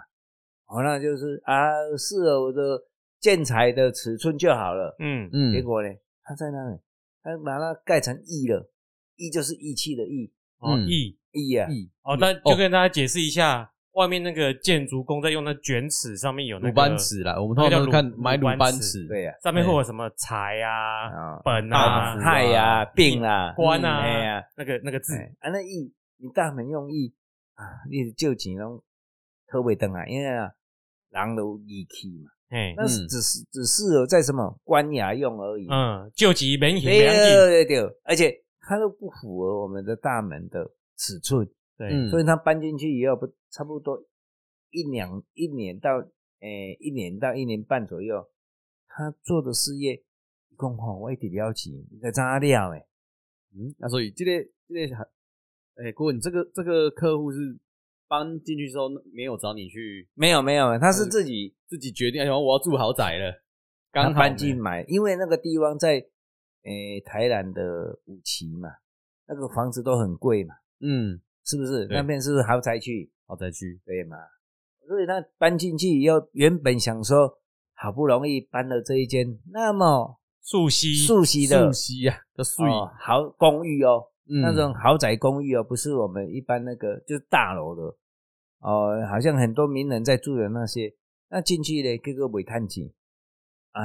Speaker 3: 哦，那就是啊，是哦，我的建材的尺寸就好了。
Speaker 1: 嗯，
Speaker 2: 嗯
Speaker 3: 结果呢，他在那里，他把它盖成义了，义就是义气的义，
Speaker 1: 哦，
Speaker 2: 嗯
Speaker 1: 意
Speaker 3: 义啊，
Speaker 2: 亿
Speaker 1: 哦，但就跟大家解释一下，外面那个建筑工在用那卷尺，上面有那
Speaker 2: 鲁
Speaker 1: 个
Speaker 2: 班，尺啦，我们
Speaker 1: 那
Speaker 2: 通
Speaker 1: 叫
Speaker 2: 常都看
Speaker 1: 鲁
Speaker 2: 买
Speaker 1: 鲁
Speaker 2: 鲁
Speaker 1: 班
Speaker 2: 班
Speaker 1: 尺
Speaker 2: 尺，
Speaker 3: 对呀，
Speaker 1: 上面会有什么财啊、
Speaker 3: 啊，
Speaker 1: 本
Speaker 2: 大
Speaker 1: 啊
Speaker 2: 福、
Speaker 3: 害呀，病啦，
Speaker 1: 官
Speaker 3: 嗯哎
Speaker 1: 啊
Speaker 3: 呀，，
Speaker 1: 那个那个字，
Speaker 3: 哎啊，那义，你大门用义啊，你就钱拢偷袂回来，因为啊，人有义气嘛，
Speaker 1: 哎，
Speaker 3: 那是只是只是有在什么官衙用而已，
Speaker 1: 嗯，救急免险
Speaker 3: 对
Speaker 2: 哎
Speaker 1: 良紧，
Speaker 3: 对对，而且它都不符合我们的大门的尺寸，
Speaker 1: 对，
Speaker 2: 嗯，
Speaker 3: 所以他搬进去以后不差不多一两一年到诶、一年到一年半左右，他做的事业一共吼我一直了解，你知影了诶？
Speaker 2: 嗯，那所以这个这个，哎，顾问，这个这个客户是搬进去之后没有找你去呃
Speaker 3: 没有没有，他是自己
Speaker 2: 自己决定，哎，我要住豪宅了，
Speaker 3: 他
Speaker 2: 刚好
Speaker 3: 搬
Speaker 2: 呢
Speaker 3: 进，买，因为那个地方在诶、台南的五期嘛，那个房子都很贵嘛，
Speaker 2: 嗯，
Speaker 3: 是不是？
Speaker 2: 对哦
Speaker 3: 那边是不是豪宅区？
Speaker 2: 豪宅区，
Speaker 3: 对嘛？所以他搬进去以后，原本想说好不容易搬了这一间那么
Speaker 1: 素溪，
Speaker 3: 熟悉的
Speaker 2: 素溪啊，叫素
Speaker 3: 哦豪公寓哦，
Speaker 2: 嗯
Speaker 3: 那种豪宅公寓哦，不是我们一般那个就是大楼的哦，好像很多名人在住的那些，那进去嘞，个个没探钱啊，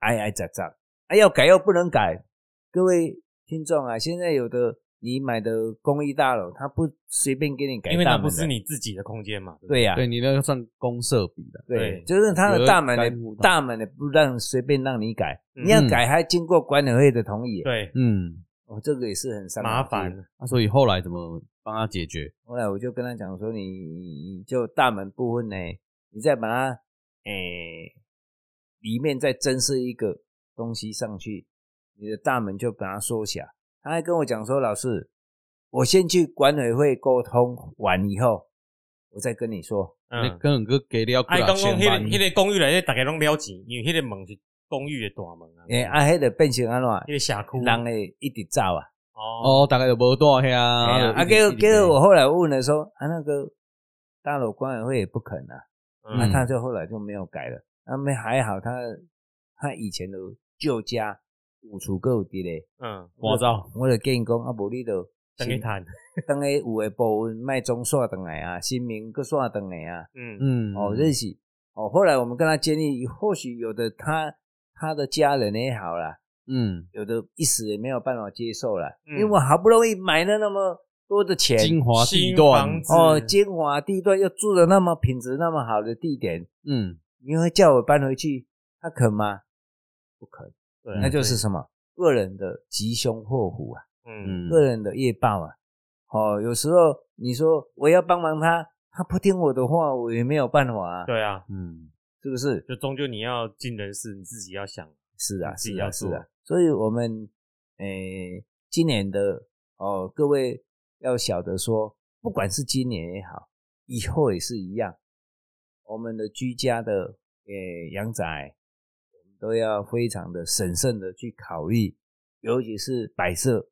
Speaker 3: 挨挨杂杂，啊要改又不能改，各位听众啊，现在有的你买的公寓大楼，他不随便给你改
Speaker 1: 因为
Speaker 3: 大
Speaker 1: 那
Speaker 3: 门
Speaker 1: 不
Speaker 3: 的，
Speaker 1: 是你自己的空间嘛，不
Speaker 3: 对呀、
Speaker 2: 对你那个算公社比的，
Speaker 3: 对
Speaker 1: 对，
Speaker 3: 就是他的大门
Speaker 2: 有的改
Speaker 3: 呢
Speaker 2: 不，到
Speaker 3: 大门呢不让随便让你改，
Speaker 1: 嗯
Speaker 3: 你要改还经过管委会的同意，
Speaker 1: 对，
Speaker 2: 嗯，
Speaker 3: 哦，这个也是很伤脑
Speaker 1: 麻
Speaker 3: 筋
Speaker 1: 烦，
Speaker 2: 那啊所以后来怎么帮他解决？
Speaker 3: 后来我就跟他讲说，你你你就大门部分呢，你再把它诶、里面再增设一个东西上去，你的大门就把它缩小。他还跟我讲说，老师，我先去管委会沟通完以后，我再跟你说。
Speaker 2: 那
Speaker 1: 嗯，
Speaker 2: 跟很哥给了要
Speaker 1: 哎，刚刚
Speaker 2: 啊千
Speaker 1: 迄
Speaker 2: 万
Speaker 1: 个，迄个公寓内底大家拢了钱，因为迄个门是公寓的大门 啊，
Speaker 3: 诶、啊，迄个变成安
Speaker 1: 迄个社区
Speaker 3: 怎，人会一直走啊。
Speaker 1: 哦，
Speaker 2: 哦，大概就无多遐，
Speaker 3: 哎呀啊，
Speaker 2: 就一
Speaker 3: 给我
Speaker 2: 直
Speaker 3: 给我，
Speaker 2: 一直
Speaker 3: 后来问了说，啊，那个大楼管委会也不肯啊。那、
Speaker 1: 嗯
Speaker 3: 他就后来就没有改了。那没还好他，他以前的旧家有厝个有伫咧，
Speaker 1: 嗯，
Speaker 2: 我走，
Speaker 3: 我就建议讲啊，无你就
Speaker 1: 等你谈，
Speaker 3: 等下有诶部分卖总煞转来啊，新民搁煞转来啊。
Speaker 1: 嗯
Speaker 2: 嗯，
Speaker 3: 哦，认识哦。后来我们跟他建议，或许有的他他的家人也好啦，
Speaker 2: 嗯，
Speaker 3: 有的一时也没有办法接受啦，
Speaker 1: 嗯
Speaker 3: 因为我好不容易买了那么多的钱，
Speaker 2: 精华地
Speaker 1: 新
Speaker 2: 段
Speaker 1: 房，子
Speaker 3: 哦，精华地段又住的那么品质那么好的地点，
Speaker 2: 嗯，
Speaker 3: 你会叫我搬回去，他肯吗？不肯，
Speaker 1: 对啊
Speaker 3: 那就是什么个人的吉凶祸福啊，
Speaker 1: 嗯，
Speaker 3: 个人的业报啊。哦，有时候你说我要帮忙他，他不听我的话，我也没有办法啊，
Speaker 1: 对啊，
Speaker 2: 嗯，
Speaker 3: 是不是？
Speaker 1: 就终究你要尽人事，你自己要想，
Speaker 3: 是啊，
Speaker 1: 自
Speaker 3: 是
Speaker 1: 己
Speaker 3: 啊，
Speaker 1: 要
Speaker 3: 是
Speaker 1: 做
Speaker 3: 啊。所以我们诶、今年的哦，各位要晓得说，不管是今年也好，以后也是一样，我们的居家的诶、阳宅，我们都要非常的审慎的去考虑，尤其是摆设，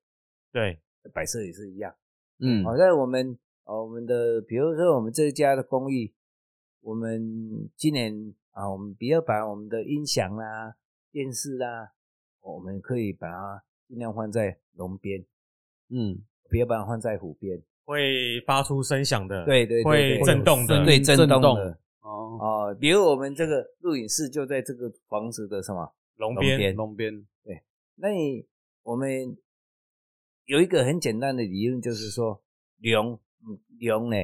Speaker 1: 对，
Speaker 3: 摆设也是一样。
Speaker 2: 嗯，
Speaker 3: 好、在我们哦，我们的比如说我们这家的公寓，我们今年啊，我们不要把我们的音响啦、电视啦，我们可以把它尽量放在龙边，
Speaker 2: 嗯，
Speaker 3: 不要把它放在湖边。
Speaker 1: 会发出声响的，
Speaker 3: 对对对
Speaker 1: 会震动的，
Speaker 2: 声
Speaker 3: 对，震
Speaker 2: 震
Speaker 3: 动
Speaker 2: 动
Speaker 3: 的
Speaker 2: 哦，
Speaker 3: 哦。比如我们这个录影室就在这个房子的什么？
Speaker 1: 龙
Speaker 3: 龙
Speaker 1: 边
Speaker 3: 边
Speaker 2: 东边，
Speaker 3: 那你我们有一个很简单的理论，就是说龙嗯龙呢，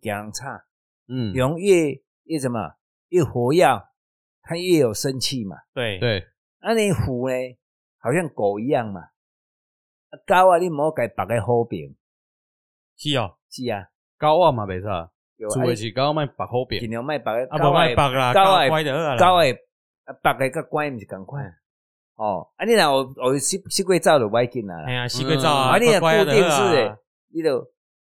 Speaker 3: 两差。
Speaker 2: 嗯，
Speaker 3: 龙越越什么越活跃，它越有生气嘛。
Speaker 1: 对，
Speaker 2: 对，
Speaker 3: 啊，你虎呢，好像狗一样嘛。啊，狗啊，你莫改别个好评，
Speaker 1: 是哦，
Speaker 3: 是啊，
Speaker 2: 高啊嘛袂使，
Speaker 3: 有
Speaker 2: 除
Speaker 3: 啊
Speaker 2: 非是高卖白好
Speaker 3: 尽
Speaker 2: 变，
Speaker 3: 量卖白的，
Speaker 1: 啊，无卖
Speaker 3: 高
Speaker 1: 白啦，
Speaker 3: 高矮
Speaker 1: 高乖的好啦，嗯
Speaker 3: 的，高诶，啊白诶甲乖毋是共款。哦，啊你若有有吸吸过走就袂要紧啊
Speaker 1: 哎
Speaker 3: 啦，
Speaker 1: 呀，西龟照啊，
Speaker 3: 啊你若
Speaker 1: 乖乖的啊
Speaker 3: 固定式
Speaker 1: 好
Speaker 3: 诶
Speaker 1: 啦。，
Speaker 3: 你就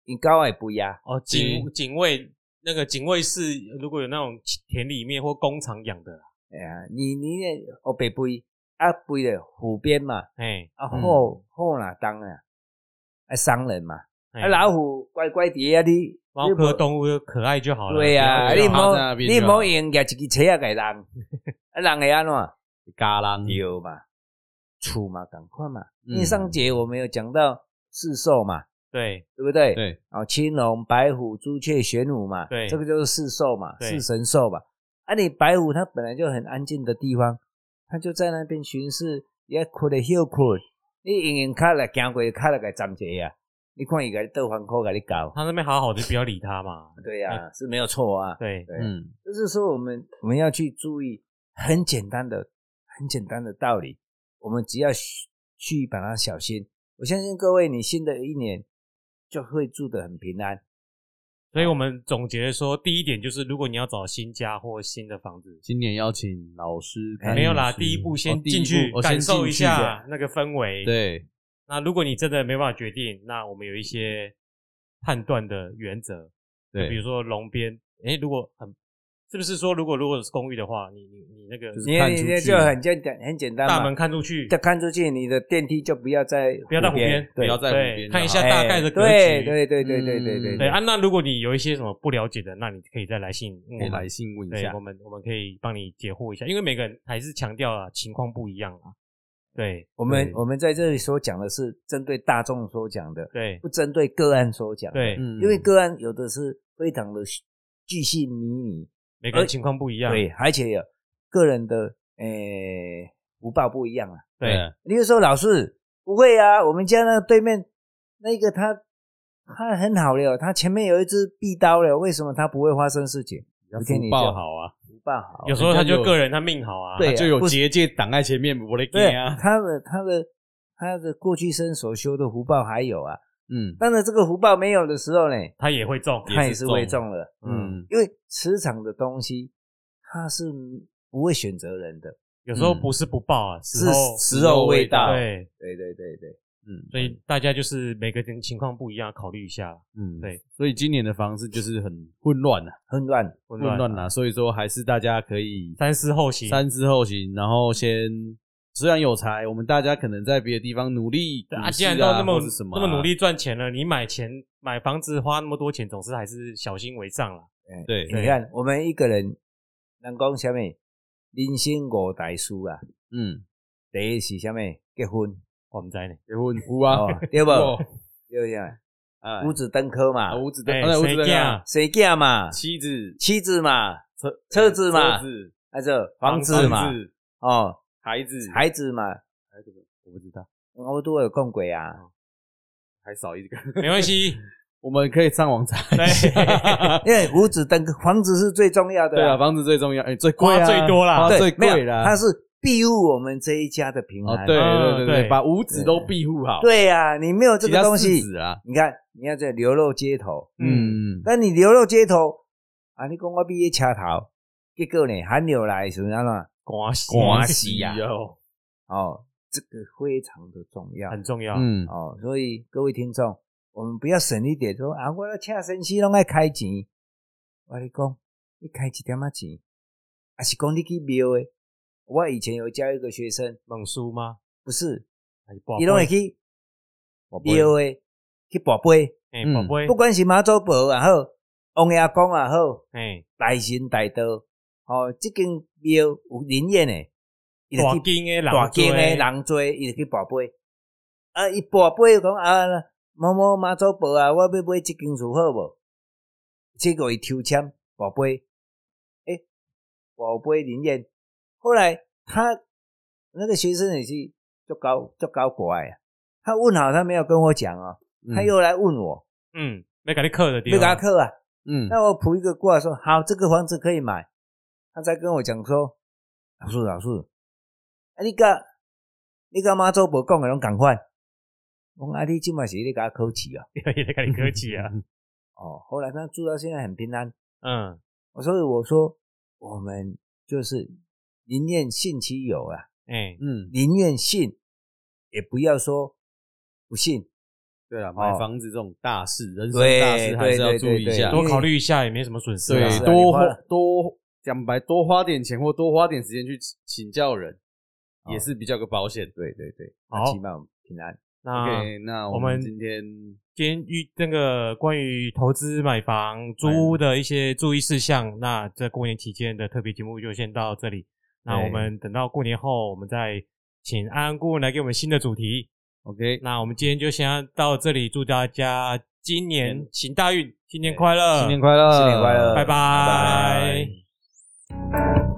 Speaker 3: 因高诶肥啊，
Speaker 1: 哦，警警卫那个警卫室，如果有那种田里面或工厂养的啦，
Speaker 3: 哎呀，你你诶黑白肥，啊肥咧虎鞭嘛，
Speaker 1: 哎，
Speaker 3: 啊
Speaker 2: 嗯
Speaker 3: 虎虎啦当啊，啊伤人嘛，
Speaker 1: 哎
Speaker 3: 啊老虎乖乖伫啊你，
Speaker 1: 猫
Speaker 3: 你
Speaker 1: 科
Speaker 3: 无
Speaker 1: 动物可爱就好了。
Speaker 3: 对啊，
Speaker 1: 不
Speaker 3: 你
Speaker 1: 要
Speaker 2: 对
Speaker 1: 不
Speaker 2: 啊
Speaker 1: 要
Speaker 2: 猫
Speaker 3: 莫
Speaker 2: 趴在那边
Speaker 3: 你
Speaker 2: 就好
Speaker 3: 莫用举一支车仔给 人，啊人会安怎？
Speaker 2: 嗯
Speaker 1: 哎
Speaker 2: 加人
Speaker 3: 对嘛，厝嘛，赶快嘛。
Speaker 2: 嗯
Speaker 3: 因为上节我们有讲到四兽嘛，
Speaker 1: 对
Speaker 3: 对不对？。
Speaker 2: 对，
Speaker 3: 哦，青龙、白虎、朱雀、玄武嘛，
Speaker 1: 对
Speaker 3: 这个就是四兽嘛，
Speaker 1: 对
Speaker 3: 四神兽嘛。啊，你白虎它本来就很安静的地方，它就在那边巡视，也困的休困。你用用卡来行过，卡来给站一下，你看伊个倒反口给你搞，
Speaker 1: 他那边好好的，不要理他嘛。
Speaker 3: 对呀、
Speaker 1: 哎
Speaker 3: 是没有错啊。
Speaker 1: 对，
Speaker 3: 对
Speaker 2: 嗯，
Speaker 3: 就是说我们我们要去注意很简单的、很简单的道理，我们只要去去把它小心。我相信各位，你新的一年就会住得很平安。
Speaker 1: 所以我们总结说，第一点就是，如果你要找新家或新的房子，
Speaker 2: 今年邀请老师
Speaker 3: 哎，
Speaker 1: 没有啦，
Speaker 2: 看
Speaker 1: 第一步
Speaker 2: 哦
Speaker 1: 先
Speaker 2: 第一
Speaker 1: 进去
Speaker 2: 步哦先
Speaker 1: 感受一
Speaker 2: 进去
Speaker 1: 下那个氛围。，
Speaker 2: 对，
Speaker 1: 那如果你真的没办法决定，那我们有一些判断的原则，
Speaker 2: 对
Speaker 1: 比如说龙边，诶，如果很是不是说，如果如果是公寓的话，你你你那个
Speaker 2: 就是
Speaker 3: 你
Speaker 2: 看
Speaker 3: 你
Speaker 2: 出
Speaker 3: 你
Speaker 2: 去
Speaker 3: 就很简单，很简单嘛。
Speaker 1: 大门看出去，
Speaker 3: 就看出去，你的电梯就不要在
Speaker 1: 不要到湖边
Speaker 3: 边，，
Speaker 2: 不要
Speaker 3: 对
Speaker 2: 在湖
Speaker 1: 对
Speaker 2: 边
Speaker 1: 看一
Speaker 2: 就
Speaker 1: 下大概的格局。
Speaker 3: 哎对对对对对对对
Speaker 2: 嗯
Speaker 1: 对啊，那如果你有一些什么不了解的，那你可以再来信我
Speaker 2: 可以
Speaker 1: 们
Speaker 2: 来信问一
Speaker 1: 对，
Speaker 2: 下
Speaker 1: 我，们我们可以帮你解惑一下，因为每个人还是强调啊，情况不一样啊。对
Speaker 3: 我们
Speaker 2: 对
Speaker 3: 我们在这里所讲的是针对大众所讲的，
Speaker 1: 对
Speaker 3: 不针对个案所讲。，
Speaker 1: 对，
Speaker 2: 嗯
Speaker 3: 因为个案有的是非常的巨细靡遗，
Speaker 1: 每个人情况不一样。
Speaker 3: 对，而且有个人的诶福报不一样啊。
Speaker 1: 对，
Speaker 3: 你就说老师不会啊，我们家那个对面那个他他很好了，他前面有一只壁刀了，为什么他不会发生事情？有一天你就
Speaker 2: 福报好啊，
Speaker 3: 福报好，
Speaker 1: 有时候他就个人他命好啊。
Speaker 3: 对啊
Speaker 2: 就有
Speaker 3: 不是
Speaker 2: 结界挡在前面，我的
Speaker 3: 对
Speaker 2: 天啊，
Speaker 3: 他的他的他的过去生所修的福报还有啊。
Speaker 2: 嗯
Speaker 3: 当然这个福报没有的时候呢，
Speaker 1: 他也会中，
Speaker 3: 他也是会中了，
Speaker 2: 嗯，
Speaker 3: 因为磁场的东西它是不会选择人的，
Speaker 1: 有时候不是不报啊，时
Speaker 3: 是
Speaker 1: 候
Speaker 3: 时候未到。
Speaker 1: 对，
Speaker 3: 对对对对。
Speaker 2: 嗯，
Speaker 1: 所以大家就是每个人情况不一样，考虑一下。
Speaker 2: 嗯
Speaker 1: 对，
Speaker 2: 所以今年的房市就是很混乱啊，
Speaker 3: 很乱，
Speaker 1: 混
Speaker 2: 混乱啊，所以说还是大家可以
Speaker 1: 三思后行。
Speaker 2: 三思后行，然后先虽然有才，我们大家可能在别的地方努力
Speaker 1: 对
Speaker 2: 股市
Speaker 1: 啊，
Speaker 2: 啊，
Speaker 1: 既然都那么
Speaker 2: 或是什么
Speaker 1: 那
Speaker 2: 啊
Speaker 1: 么努，力赚钱了，你买钱买房子花那么多钱，总是还是小心为上啦。
Speaker 3: 哎
Speaker 2: 对
Speaker 3: 你看我们一个人，人讲什么？人生五大事啊，
Speaker 2: 嗯，
Speaker 3: 第一是什么？结婚，
Speaker 1: 我们在呢，
Speaker 2: 结婚有啊
Speaker 3: 哦，嗯对不
Speaker 2: 有
Speaker 3: 对呀，
Speaker 2: 哎
Speaker 3: 五子登科嘛
Speaker 2: 啊，，五子登，
Speaker 1: 哎
Speaker 2: 啊对五
Speaker 1: 谁
Speaker 2: 子登啊，
Speaker 1: 嫁
Speaker 3: 生囝嘛，
Speaker 2: 妻子
Speaker 3: 妻子嘛，
Speaker 2: 车
Speaker 3: 车子嘛
Speaker 2: 车子
Speaker 3: 还是
Speaker 1: 房
Speaker 3: 房
Speaker 1: 子
Speaker 3: 子
Speaker 2: 房
Speaker 3: 嘛，
Speaker 2: 子
Speaker 3: 哦，
Speaker 2: 孩子
Speaker 3: 孩子嘛，
Speaker 2: 我不知道，
Speaker 3: 我都有讲过啊。
Speaker 2: 哦还少一个，
Speaker 1: 没关系。
Speaker 2: 我们可以上网查一 下。
Speaker 3: 因为五子登科，房子是最重要的
Speaker 2: 对啊，
Speaker 3: 啦，
Speaker 2: 房子最重要，哎，最贵啊
Speaker 1: 花最多啦
Speaker 2: 花
Speaker 3: 对，
Speaker 2: 最
Speaker 3: 没有
Speaker 2: 贵啦。
Speaker 3: 它是庇护我们这一家的平
Speaker 2: 哦，
Speaker 3: 安。
Speaker 2: 对
Speaker 1: 啊
Speaker 2: 对对
Speaker 1: 对
Speaker 2: 对，把五子都庇护好，
Speaker 3: 对呀，你没有这
Speaker 2: 其
Speaker 3: 个
Speaker 2: 他
Speaker 3: 东
Speaker 2: 四
Speaker 3: 西，
Speaker 2: 子啊，
Speaker 3: 你看你要在流落街头，
Speaker 2: 嗯，
Speaker 3: 但你流落街头，啊，你讲我毕业车头，结果呢，寒流来的时候安怎？
Speaker 1: 关系
Speaker 3: 关系啊
Speaker 2: 哦
Speaker 3: 哦，这个非常的重要
Speaker 1: 啊很重要。
Speaker 2: 嗯，
Speaker 3: 哦，所以各位听众，我们不要省一点说啊，我要请神师拢爱开钱，我跟你讲，你开一点仔钱，还是讲你去庙诶。我以前有教一个学生，
Speaker 1: 猛叔吗？
Speaker 3: 不是，
Speaker 1: 还是宝
Speaker 3: 伊拢会
Speaker 1: 贝？
Speaker 3: 去庙诶，去拜拜，
Speaker 1: 哎，
Speaker 2: 嗯
Speaker 1: 宝贝
Speaker 3: 不，管是妈祖婆也好，王爷公也好。
Speaker 1: 哎，
Speaker 3: 大神大道，哦，即间庙有灵验诶，伊就
Speaker 1: 大
Speaker 3: 去
Speaker 1: 金的人，
Speaker 3: 大间诶，人多，伊就去拜拜。啊，伊拜拜就讲啊，某某妈祖婆啊，我要买即间厝好无？结果伊抽签拜拜，诶、拜拜灵验。后来他那个学生也是就高就高国外啊，他问好，他没有跟我讲哦，他又来问我，
Speaker 1: 嗯，没给你刻的地方，
Speaker 3: 没给他扣啊。
Speaker 2: 嗯
Speaker 3: 那我卜一个卦说好，这个房子可以买。他才跟我讲说，老师老师，啊你甲你甲妈祖婆讲的拢共款。我讲啊你即嘛是咧甲我考试啊？
Speaker 1: 也给你刻起啊。
Speaker 3: 哦，后来他住到现在很平安。
Speaker 1: 嗯，
Speaker 3: 所以我说，我们就是宁愿信其有啊，
Speaker 1: 哎，
Speaker 2: 嗯，
Speaker 3: 宁愿信，也不要说不信。
Speaker 2: 对了，
Speaker 3: 哦
Speaker 2: 买房子这种大事，人生大事
Speaker 3: 对
Speaker 2: 还是要
Speaker 3: 对
Speaker 2: 注意一
Speaker 3: 对
Speaker 2: 下
Speaker 3: 对对。
Speaker 1: 多考虑一下也没什么损失
Speaker 2: 对
Speaker 1: 啊。
Speaker 3: 是啊你
Speaker 2: 多
Speaker 3: 花
Speaker 2: 花多讲白，多花点钱或多花点时间去请请教人，
Speaker 3: 哦
Speaker 2: 也是比较有个保险。
Speaker 3: 对对对，
Speaker 1: 好
Speaker 3: 那起码我们平安。
Speaker 1: 那
Speaker 2: OK，那
Speaker 1: 我
Speaker 2: 我
Speaker 1: 们
Speaker 2: 们今天
Speaker 1: 今天遇那个关于投资、买房、租屋的一些注意事项，那在过年期间的特别节目就先到这里。那
Speaker 3: 对
Speaker 1: 我们等到过年后，我们再请安安顾问来给我们新的主题。
Speaker 2: OK，
Speaker 1: 那我们今天就先到这里，祝大家今年
Speaker 2: 嗯
Speaker 1: 行哎大运，新年快乐，
Speaker 2: 新年快乐，
Speaker 3: 新年快乐，
Speaker 1: 拜拜
Speaker 3: 拜拜